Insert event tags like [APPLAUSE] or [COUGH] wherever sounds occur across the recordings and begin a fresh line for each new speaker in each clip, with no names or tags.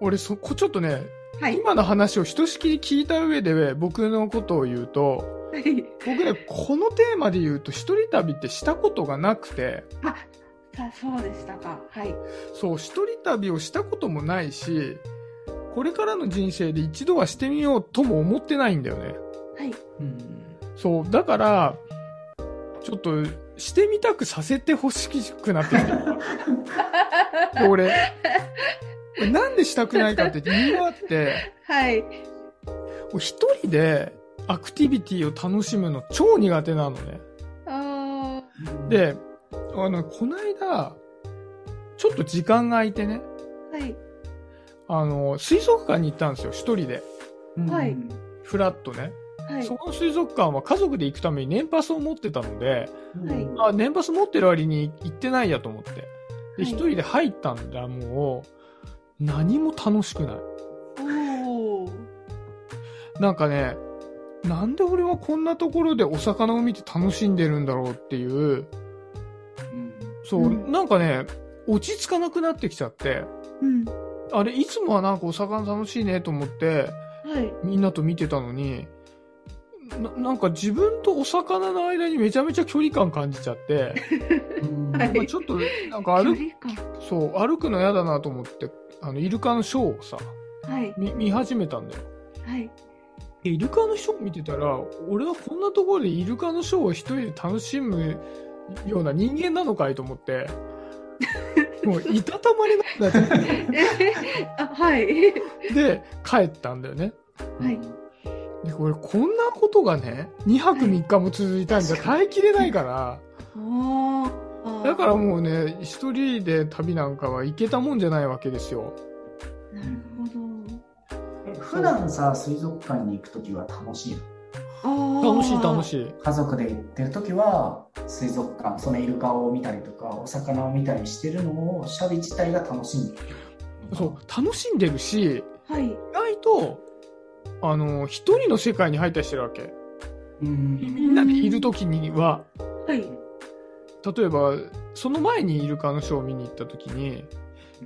俺そこちょっとね、
はい。
今の話をひとしきり聞いた上で僕のことを言うと、
はい
僕ね、このテーマで言うと一人旅ってしたことがなくて、
あ、さそうでしたか。はい。
そう、一人旅をしたこともないし、これからの人生で一度はしてみようとも思ってないんだよね。
はい。
うん。
そう、だから、ちょっと、してみたくさせてほしくなってき
[LAUGHS]
た。で俺、俺なんでしたくないかって理由があって、
はい。
俺一人でアクティビティを楽しむの超苦手なのね。
あ
で、あの、この間、ちょっと時間が空いてね、
ーはい。
あの、水族館に行ったんですよ、一人で。
うん、
はい
フラッとね。
はい
そ。この水族館は家族で行くために年パスを持ってたので、
はい
あ、年パス持ってる割に行ってないやと思って。
は
で、
い
一人で入ったんだ、もう、何も楽しくない。
おお。
なんかね、なんで俺はこんなところでお魚を見て楽しんでるんだろうっていう、
うん
そう、
うん
なんかね、落ち着かなくなってきちゃって、
うん。
あれ、いつもはなんかお魚楽しいねと思って、
はい。
みんなと見てたのに、ななんか自分とお魚の間にめちゃめちゃ距離感感じちゃって、
うん
はい
まあちょっとなんか歩く、
距離感
そう、歩くの嫌だなと思って、あの、イルカのショーをさ、
はい。
見見始めたんだよ。
[LAUGHS] はい。
でイルカのショー見てたら、俺はこんなところでイルカのショーを一人で楽しむような人間なのかいと思って、もういたたまれなくなっちゃっ
えあ、はい。
て、で、帰ったんだよね。
はい
で、これ、こんなことがね、2泊3日も続いたんじゃ耐えきれないから、
おお。
だからもうね、一人で旅なんかは行けたもんじゃないわけですよ。
なるほど。
え普段さ、水族館に行くときは楽しいの
ああ。
楽しい楽
い。
しい。
家族で行ってるときは、水族館、そのイルカを見たりとか、お魚を見たりしてるのを、シャビ自体が楽しんでる。
そう、楽しんでるし、
はい。
意外と、あの、一人の世界に入ったりしてるわけ。
う
み
ん。
んなでいる時には、
はい。
例えば、その前にイルカのショーを見に行った時に、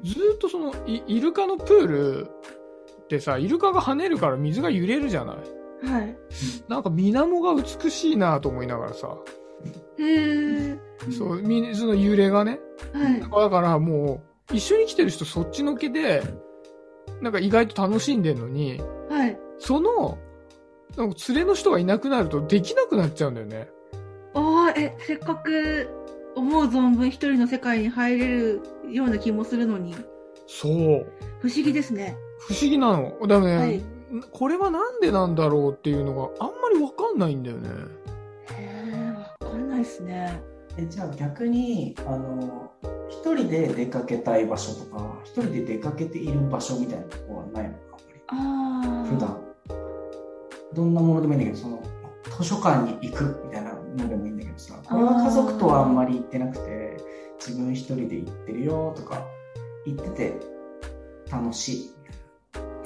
ずーっとその、イイルカのプールってさ、イルカが跳ねるから水が揺れるじゃない
はい。
なんか水面が美しいなと思いながらさ、
へえ。
そうう、水の揺れがね。
はい。
だからもう、一緒に来てる人そっちのけで、なんか意外と楽しんでんのに、
はい。
その、なんか連れの人がいなくなるとできなくなっちゃうんだよね。
ああ、え、せっかく思う存分一人の世界に入れるような気もするのに、
そう。
不思議ですね。
不思議なの。だからね、
はい
これはなんでなんだろうっていうのがあんまりわかんないんだよね。
へえ、わかんないですね。
えじゃあ逆にあの一人で出かけたい場所とか一人で出かけている場所みたいなとこはないのか
ああ。
普段どんなものでもいいんだけどその図書館に行くみたいなのでもいいんだけどさこれは家族とはあんまり行ってなくて自分一人で行ってるよとか行ってて楽しい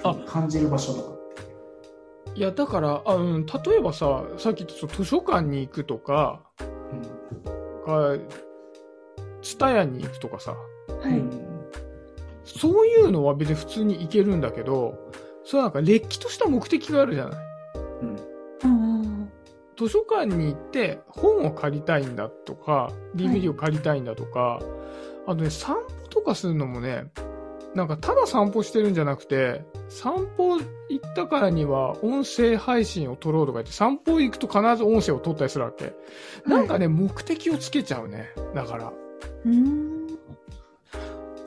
あ
感じる場所とか
いや、だから、あうん、例えばさ、さっき言ったその図書館に行くとか、か、ツタヤに行くとかさ、
は
う
い。
ん
そういうのは別に普通に行けるんだけど、それはなんか、れっきとした目的があるじゃない。
うん
うん。
図書館に行って本を借りたいんだとか、DVD を借りたいんだとか、あとね、散歩とかするのもね、なんかただ散歩してるんじゃなくて、散歩行ったからには音声配信を撮ろうとか言って、散歩行くと必ず音声を撮ったりするわけ。なんかね、目的をつけちゃうね。だから。
うーん。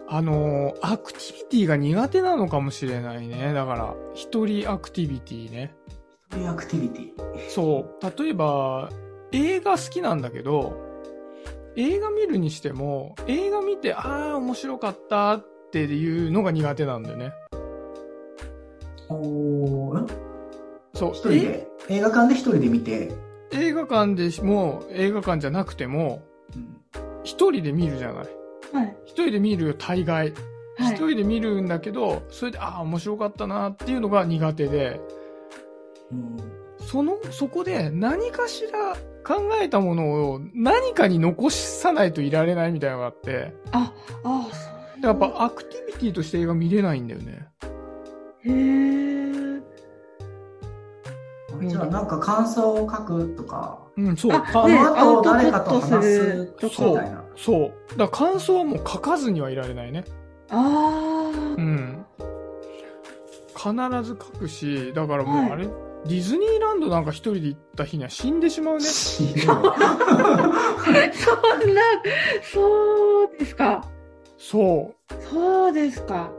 あのーアクティビティが苦手なのかもしれないね。だから、一人アクティビティね。
そういうアクティビティ
そう。例えば、映画好きなんだけど、映画見るにしても、映画見て、ああ、面白かったっていうのが苦手なんだよね。
おーん
そう
一。人
え
で映画館で一人で見て、
映画館でも、映画館じゃなくても、
うん
一人で見るじゃない。
はい。
一人で見るよ、大概。一
はい。
人で見るんだけど、それで、ああ、面白かったなっていうのが苦手で、
うん
その、そこで何かしら考えたものを何かに残さないといられないみたいなのがあって、
あ、ああ、そう。
やっぱアクティビティとして映画見れないんだよね。
うへえ。
ん
じゃあなんか感想を書くとか、
うん、そう。
あ
か
あ
ね
の後誰かと話す
アウトプット
と
する
みたいな。
そう。だから感想はもう書かずにはいられないね。
あ
う
あ。
ん。必ず書くし、だからもう
はい
あれ、ディズニーランドなんか一人で行った日には死んでしまうね。
そんな、そうですか。
そう。
そうですか。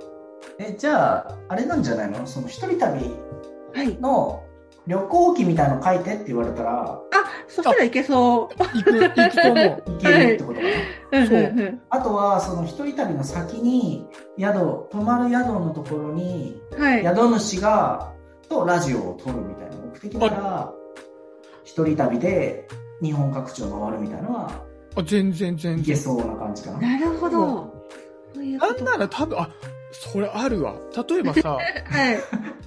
えじゃああれなんじゃないのその一人旅
はい。
の旅行記みたいの書いてって言われたら
あ、そしたらいけそ
行く、行くと思う。
いけるってことかな、
う。うん
そう
うんうん
あとはその一人旅の先に宿泊まる宿のところに
はい。
宿主がとラジオを撮るみたいな目的だから一人旅で日本各地を回るみたいなのは
あ全然全
いけ
然。
そうな感じかな。
なるほど。そういうこ
なん
と
なら多分、あ、それあるわ。例えばさ、
はい。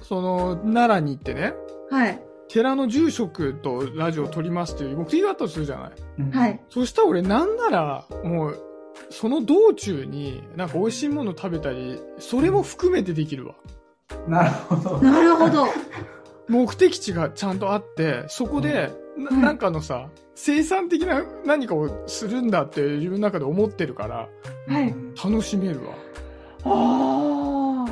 その、奈良に行ってね、
はい。
寺の住職とラジオを撮りますっていう目的があったとするじゃない。
うん
はい。
そしたら俺なんなら、もう、その道中になんか美味しいもの食べたり、それも含めてできるわ。
なるほど。
なるほど。
目的地がちゃんとあって、そこで、な
はい
なんかのさ、生産的な何かをするんだって自分の中で思ってるから、
はい
楽しめるわ。
あ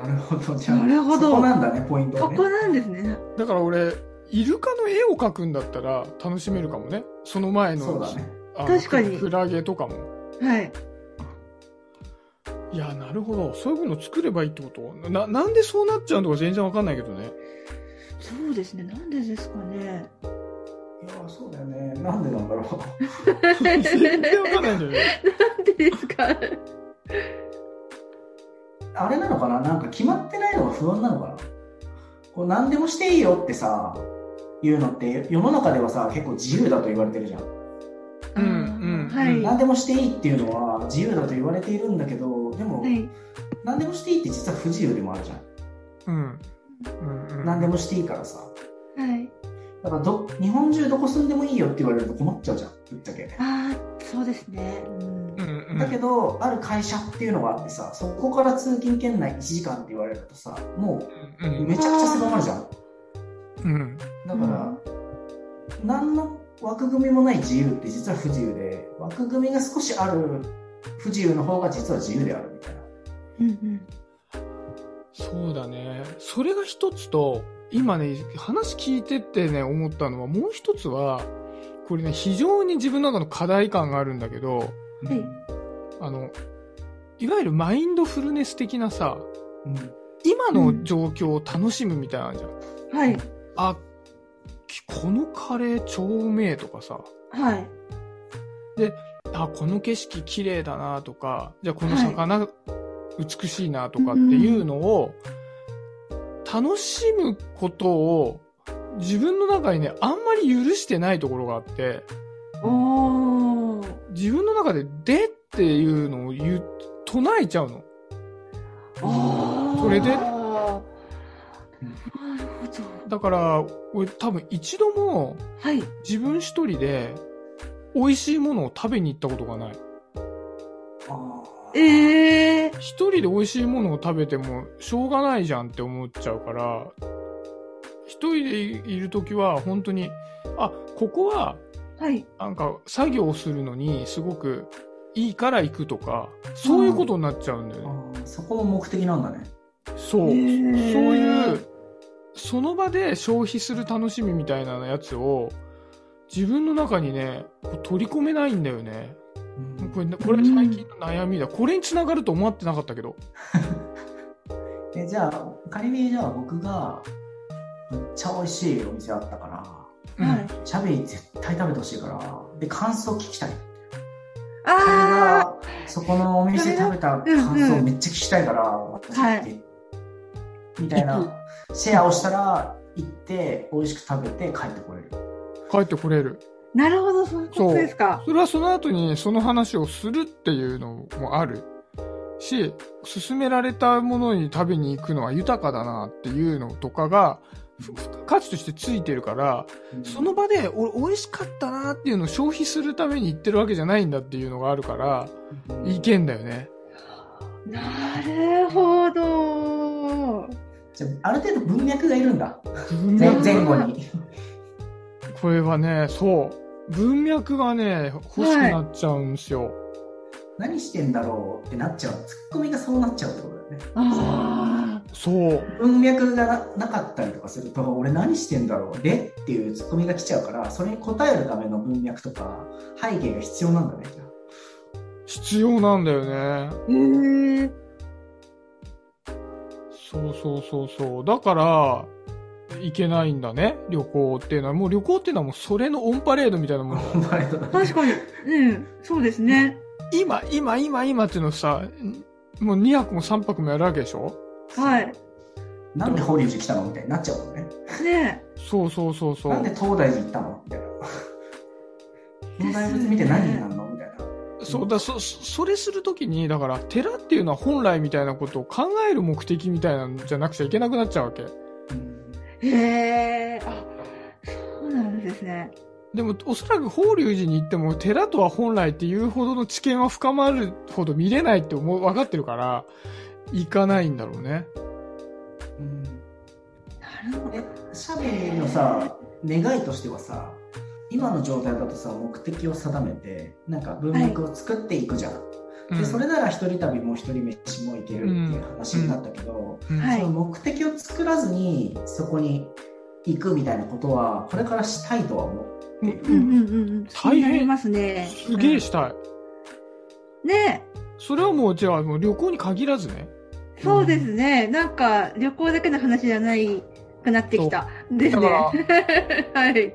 あ。
なるほど。じゃあ、
なるほど
そこなんだね、ポイント
こ
はね。
こなんですね。
だから俺、イルカの絵を描くんだったら楽しめるかもね。その前の、
そうだね。
あの
確かに
ククラゲとかも。
はい。
いや、なるほど。そういうもの作ればいいってことな、なんでそうなっちゃうのか全然わかんないけど
[LAUGHS]
ね。
そうですね。なんでですかね。
いや、そうだよね。なんでなんだろう。
全然わかんないんだよね。
なんでですか。
あれなのかななんか決まってないのが不安なのかなこう何でもしていいよってさ言うのって世の中ではさ結構自由だと言われてるじゃん、
うんうん
は
う
い。
ん
は
何でもしていいっていうのは自由だと言われているんだけどでも、
い。
何でもしていいって実は不自由でもあるじゃん、
うん。うん、うん。
何でもしていいからさ
はい。
だからど日本中どこ住んでもいいよって言われると困っちゃうじゃんぶっちゃけ
ああ、そうですね。うん
うん、うん。
だけど、ある会社っていうのがあってさそこから通勤圏内1時間って言われるとさも
う、
うんめちゃくちゃ狭まるじゃん
うん。
だから、何の枠組みもない自由って実は不自由で枠組みが少しある不自由の方が実は自由であるみたいな。
うんうん。
そうだね。それが一つと、今ね、話聞いてってね、思ったのは、もう一つは、これね、非常に自分の中の課題感があるんだけど、
はい
あの、いわゆるマインドフルネス的なさ、
うん
今の状況を楽しむみたいなのあるじゃん。
はい。
あ、きこのカレー超うめえとかさ、
はい。
あ、この景色綺麗だなとか、じゃあこの魚、美しいなとかっていうのを、楽しむことを自分の中にね、あんまり許してないところがあって、
おお。
自分の中ででっていうのを言う、唱えちゃうの。
ああ。
それで
なるほど。
だから、俺多分一度も
はい。
自分一人で美味しいものを食べに行ったことがない。
あー
ええ。
一人で美味しいものを食べてもしょうがないじゃんって思っちゃうから、一人でいるときは本当に、あ、ここは
はい。
なんか作業をするのにすごくいいから行くとか、そういうことになっちゃうんだよね。
あーそこも目的なんだね。
そう。そう
へー
いう、その場で消費する楽しみみたいなやつを自分の中にね、こう取り込めないんだよね。
うん
これ、これ最近の悩みだ。これにつながると思ってなかったけど。
えじゃあ仮にじゃあ僕がめっちゃ美味しいお店あったから
はい。
シャベリ絶対食べてほしいからで感想聞きたい。それ
ああ。
がそこのお店食べた感想をめっちゃ聞きたいから、
はい
みたいなシェアをしたら行って美味しく食べて帰ってこれる
帰ってこれる。
なるほど、そういうことですか。
それはその後にその話をするっていうのもあるし、勧められたものに食べに行くのは豊かだなっていうのとかが、ふ付価値としてついてるから、その場で俺美味しかったなっていうのを消費するために行ってるわけじゃないんだっていうのがあるから、
うん
いけんだよね。
なるほど。ど。
じゃあある程度文脈がいるんだ。
文
前
脈
前後に。
これはね、そう。文脈がね、欲しくなっちゃうんですよ。
何してんだろうってなっちゃう。ツッコミがそうなっちゃうってことだよね。
あ
そう。
文脈がななかったりとかすると、俺何してんだろうでっていうツッコミが来ちゃうから、それに答えるための文脈とか背景が必要なんだね。じゃあ
必要なんだよね。
あ。へえ。
そうそうそうそう。だから、行けないんだね。旅行っていうのは。もう旅行っていうのはもうそれのオンパレードみたいなもん。
コンパレートだね
確かに。うん。そうですね。
今、今、今、今っていうのさ、んもう2泊も3泊もやるわけでしょ
はい。
なんで法隆寺来たのみたいになっちゃうもんね。
ね
そうそうそうそ
なん
う
で。東大寺行ったのみたいな。東大仏見て何になるのみたいな。
そうだ、そ、そそれするときに、だから、寺っていうのは本来みたいなことを考える目的みたいなんじゃなくちゃいけなくなっちゃうわけ。
うん
え。へえ。あ、そうなんですね。
でも、おそらく法隆寺に行っても、寺とは本来っていうほどの知見は深まるほど見れないって思う、分かってるから、行かないんだろうね。
うん
なるほど。
えシャベルのさ願いとしてはさ今の状態だとさ目的を定めてなんか文脈を作っていくじゃん、
うん
でそれなら一人旅も一人飯も行けるっていう話になったけど、
うん
はい
その目的を作らずにそこに行くみたいなことはこれからしたいとは思っている、
うんうんうんうん。
大変
気になりますね。
すげえ
うん
したい。
ね
それはもう、じゃあ、もう旅行に限らずね。
え。そうですね。なんか、旅行だけの話じゃないくなってきた。です
だ
ね。
か
[LAUGHS] はい。
ら、い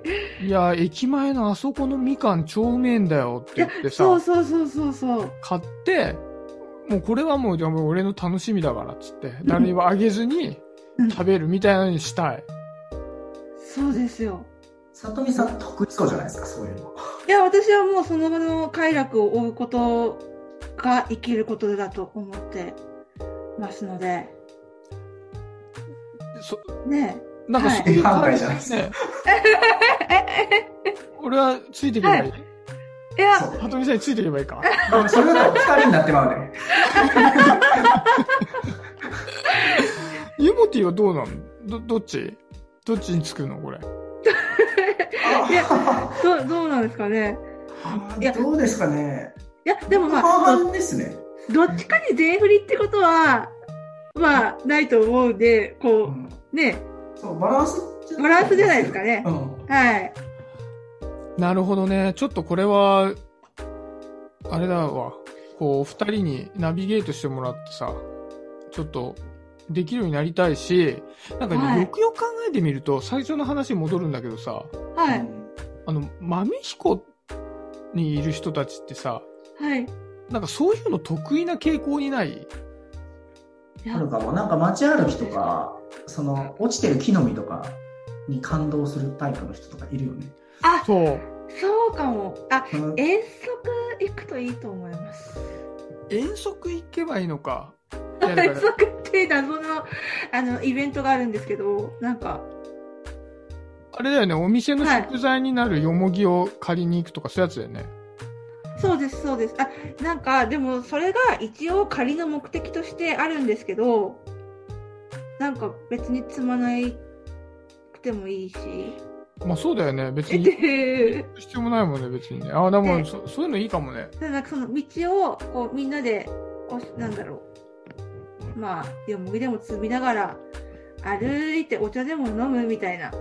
や、駅前のあそこのみかん超うめえんだよって言ってさ、
そうそうそうそうそう。
買って、もうこれはもう、じゃあもう俺の楽しみだからっつって、誰にもあげずに
うん
食べるみたいなのにしたい。
そうですよ。
さとみさん得意そうじゃないですかそういうの
いや、私はもうその場の快楽を追うことが生きることだと思ってますので。
そ
ね
なんかそういう
は
感
い反対じゃないです
じ
か
ね。 [LAUGHS] 俺はついていけばいい。
え。いや、
そう
はとみさんについていけばいいか。
あそれだと二人になってまうね
ユモティはどうなのど、どっちどっちにつくのこれ。
あ
いやどうどうなんですかね。
あ
いや
どうですかね
いや、でもまあ、
半々ですね
どどっちかに全振りってことは、まあ、ないと思うんで、
う
こ
ん
う、ね、
そうバランスじゃ
バランスじゃないですかね
うん
はい。
なるほどね。ちょっとこれは、あれだわ。こう、二人にナビゲートしてもらってさ、ちょっと、できるようになりたいし、なんかね、
はい
よくよく考えてみると、最初の話に戻るんだけどさ、
は
う
い。
ん
あの、豆彦にいる人たちってさ、
はい。い
なんかそういうの得意な傾向にない
や
あるかもなんか街歩きとかその落ちてる木の実とかに感動するタイプの人とかいるよね。
あ、
そう。
そうかも。あ、
うん
遠足行くといいと思います。
遠足行けばいいのか。いやだ
遠
から
足って謎の、あの、イベントがあるんですけど、なんか、
あれだよね、お店の
はい
食材になるよもぎを借りに行くとか、そういうやつだよね。
そうです、そうです。あ、なんか、でも、それが一応仮の目的としてあるんですけど、なんか別に積まないくてもいいし。
まあそうだよね、別
えっ
に。
て、
必要もないもんね、別にね。ああ、でも
ね
そ、そういうのいいかもね。
なんかその道を、こう、みんなで、こう、なんだろう。まあ、よもぎでも積みながら、歩いてお茶でも飲むみたいな。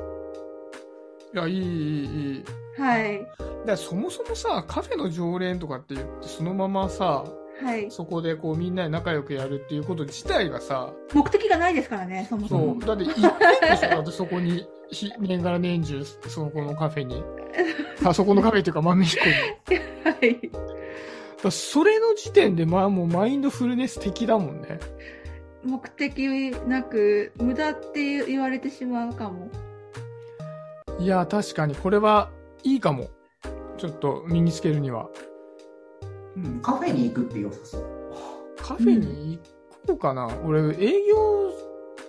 いや、いい、いい、いい。
はい。
だからそもそもさ、カフェの常連とかって言って、そのままさ、
はい。
そこでこうみんなで仲良くやるっていうこと自体がさ、
目的がないですからね、そもそ
そう
も。、
だって行ってんでしょ、だってそこに、ひ年がら年中、そこのカフェ [LAUGHS] に。あそこのカフェっていうか、豆彦に。
はい。
だからそれの時点で、まあもうマインドフルネス的だもんね。
目的なく、無駄って言われてしまうかも。
いや、確かにこれはいいかも。ちょっと身につけるには。
うんカフェに行くって良さそう。
カフェに行こうかな。俺、営業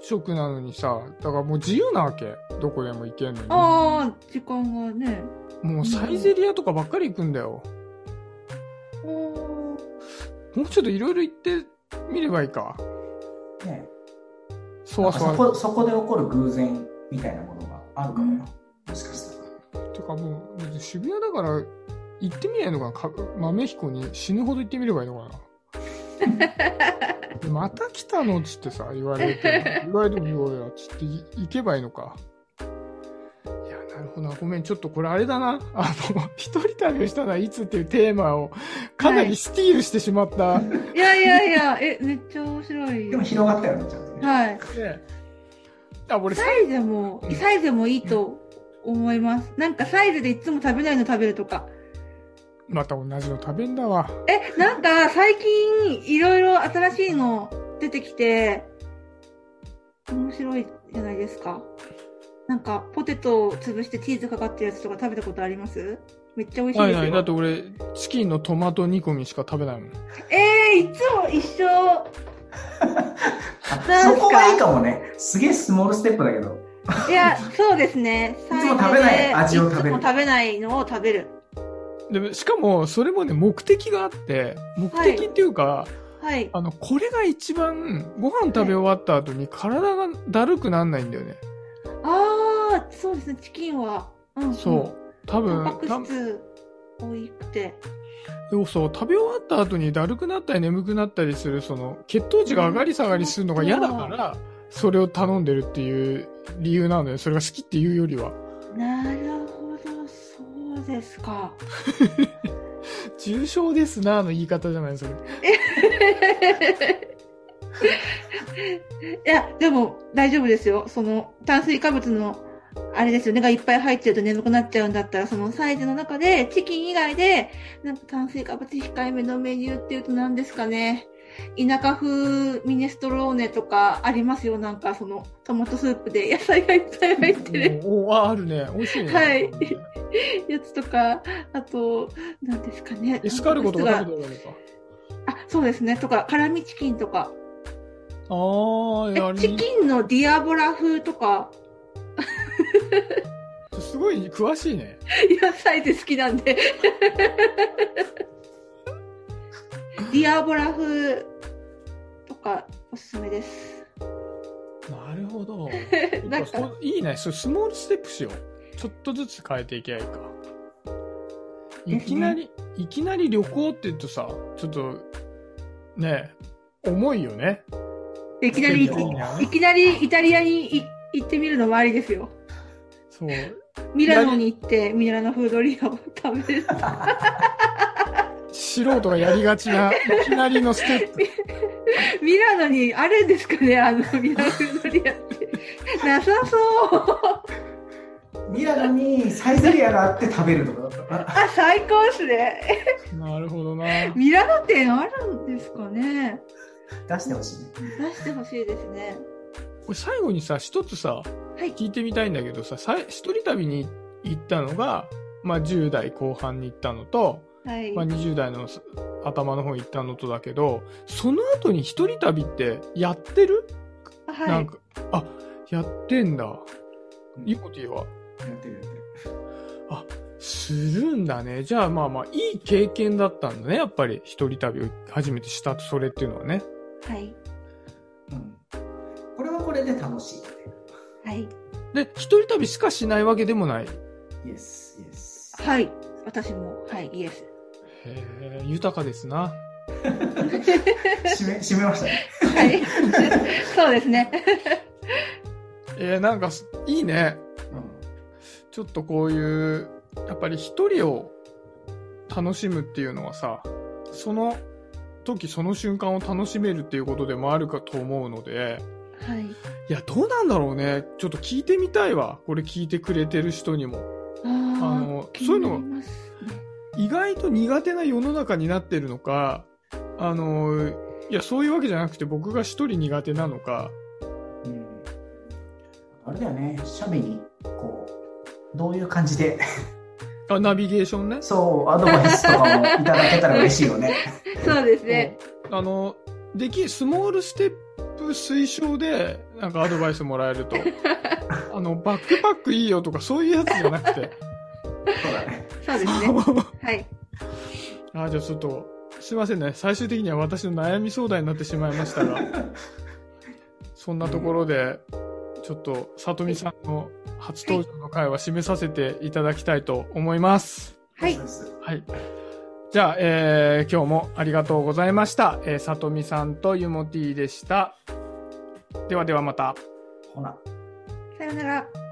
職なのにさ、だからもう自由なわけ。どこでも行けんの
ああ、時間がね。
に。もうサイゼリアとかばっかり行くんだよ。もうちょっといろいろ行ってみればいいか。
ね、
そわ
そ
そわ
こそこで起こる偶然みたいなものがあるかもよ、もしかしたら。
てかもう別に渋谷だから行ってみないのかなか豆彦に死ぬほど行ってみればいいのか [LAUGHS] なまた来たのっつってさ言われて言われても言われよっつってい行けばいいのかいやなるほどなごめんちょっとこれあれだなあの [LAUGHS] 「一人旅をしたのはいつ?」っていうテーマをかなりスティールしてしまった、
いやいやいや、え、めっちゃ面白い
で
よ
も。広がったよね、ちゃんとね。
はい。
であ俺さ
サイズも、サイズもいいと思います。なんかサイズでいつも食べないの食べるとか。
また同じの食べんだわ
え、なんか最近いろいろ新しいの出てきて、面白いじゃないですか。なんかポテトを潰してチーズかかってるやつとか食べたことありますめっちゃ美味しい
は
で
い
すよ。
はいだって俺チキンのトマト煮込みしか食べないもん
えー、いつも一緒。
あそこがいいかもね。すげえスモールステップだけど。
[LAUGHS]
いや、そうですね。
いつも食べない味を食べる
いつも食べないのを食べる。
でしかもそれもね目的があって目的っていうか、
はい。
あのこれが一番ご飯食べ終わった後に体がだるくなんないんだよね、
ああ、そうですね。チキンは。うん、ん
そう。多
タン
分
パク質多くて。
たそうそう食べ終わった後にだるくなったり眠くなったりするその血糖値が上がり下がりするのが嫌だからそれを頼んでるっていう理由なのよそれが好きっていうよりは
なるほど、そうですか。
重症ですなーの言い方じゃない
[LAUGHS]
それ
いや、でも大丈夫ですよ。その炭水化物のあれですよねがいっぱい入ってると眠くなっちゃうんだったら、そのサイズの中でチキン以外で、なんか炭水化物控えめのメニューっていうと何ですかね。田舎風ミネストローネとかありますよ。なんかそのトマトスープで野菜がいっぱい入ってる。
おおああるね美味しいね
はいやつとか、あと、なんですかね。
エスカルゴとか食べたらいいのか
あ、そうですね。とか、辛味チキンとか。
あーい
え
やあれ
チキンのディアボラ風と [LAUGHS] か、
すごい詳しいね
いや、サイズ好きなんで。ディアボラ風とか、おすすめです。
なるほ [LAUGHS] ど
なんか
そういいねそれスモールステップしようちょっとずつ変えていけばいいかいきなり、いきなり旅行って言うとさちょっとねえ重いよね
いきなり、い
いい
いきなりイタリアにい行ってみるのもありですよ。
そう
ミラノに行って、ミラノフードリアを食 [LAUGHS] べる。
素人がやりがち [LAUGHS] ないきなりのステップ
ミラノにあるんですかねあの、ミラノフードリアって。なさそう。
ミラノにサイゼリアがあって食べるとかだったら。
あ、最高ですね。
なるほどな
ミラノ店あるんですかね。
出してほしいね。
出してほしいですね。
これ最後にさ一つさ
はい。
聞いてみたいんだけどささい一人旅に行ったのが、まあ、10代後半に行ったのと、
はい。
まあ、20代の頭の方行ったのとだけどその後に一人旅ってやってる、な
は
ん
い。
かあやってんだイコティは
やってるやってる。
するんだねじゃあまあまあいい経験だったんだねやっぱり一人旅を初めてしたそれっていうのはね
はい。
うん。これはこれで楽しいって。
はい。
で一人旅しかしないわけでもないへ
イエス、イエス。
[LAUGHS] はい。私も、はい、イエス。
え豊かですな
締め、締めましたね。
[LAUGHS] はい。 [LAUGHS] そうですね。
えー、なんかすいいね
うん。
ちょっとこういう、やっぱり一人を楽しむっていうのはさ、その時その瞬間を楽しめるっていうことでもあるかと思うので、
はい。
いや、どうなんだろうね。ちょっと聞いてみたいわ。これ聞いてくれてる人にも。
あ
あ
あ
のそういうの意外と苦手な世の中になってるのか、あの、いや、そういうわけじゃなくて僕が一人苦手なのか、
うんあれだよね、写メに、こう、どういう感じで、
あナビゲーションね。
そう、アドバイスとかもいただけたら嬉しいよね。
[LAUGHS] そうですね。
あの、でき、スモールステップ推奨で、なんかアドバイスもらえると。あの、バックパックいいよとかそういうやつじゃなくて。
そうだね。
そうですね。はい。
あ、じゃあちょっと、すいませんね。最終的には私の悩み相談になってしまいましたが。そんなところで、ちょっと、さとみさんの初登場の回は締めさせていただきたいと思います。
はい
そう。です
はい。じゃあ、えー今日もありがとうございました。えー、さとみさんとゆもてぃでした。ではではまた。
ほな
さようなら。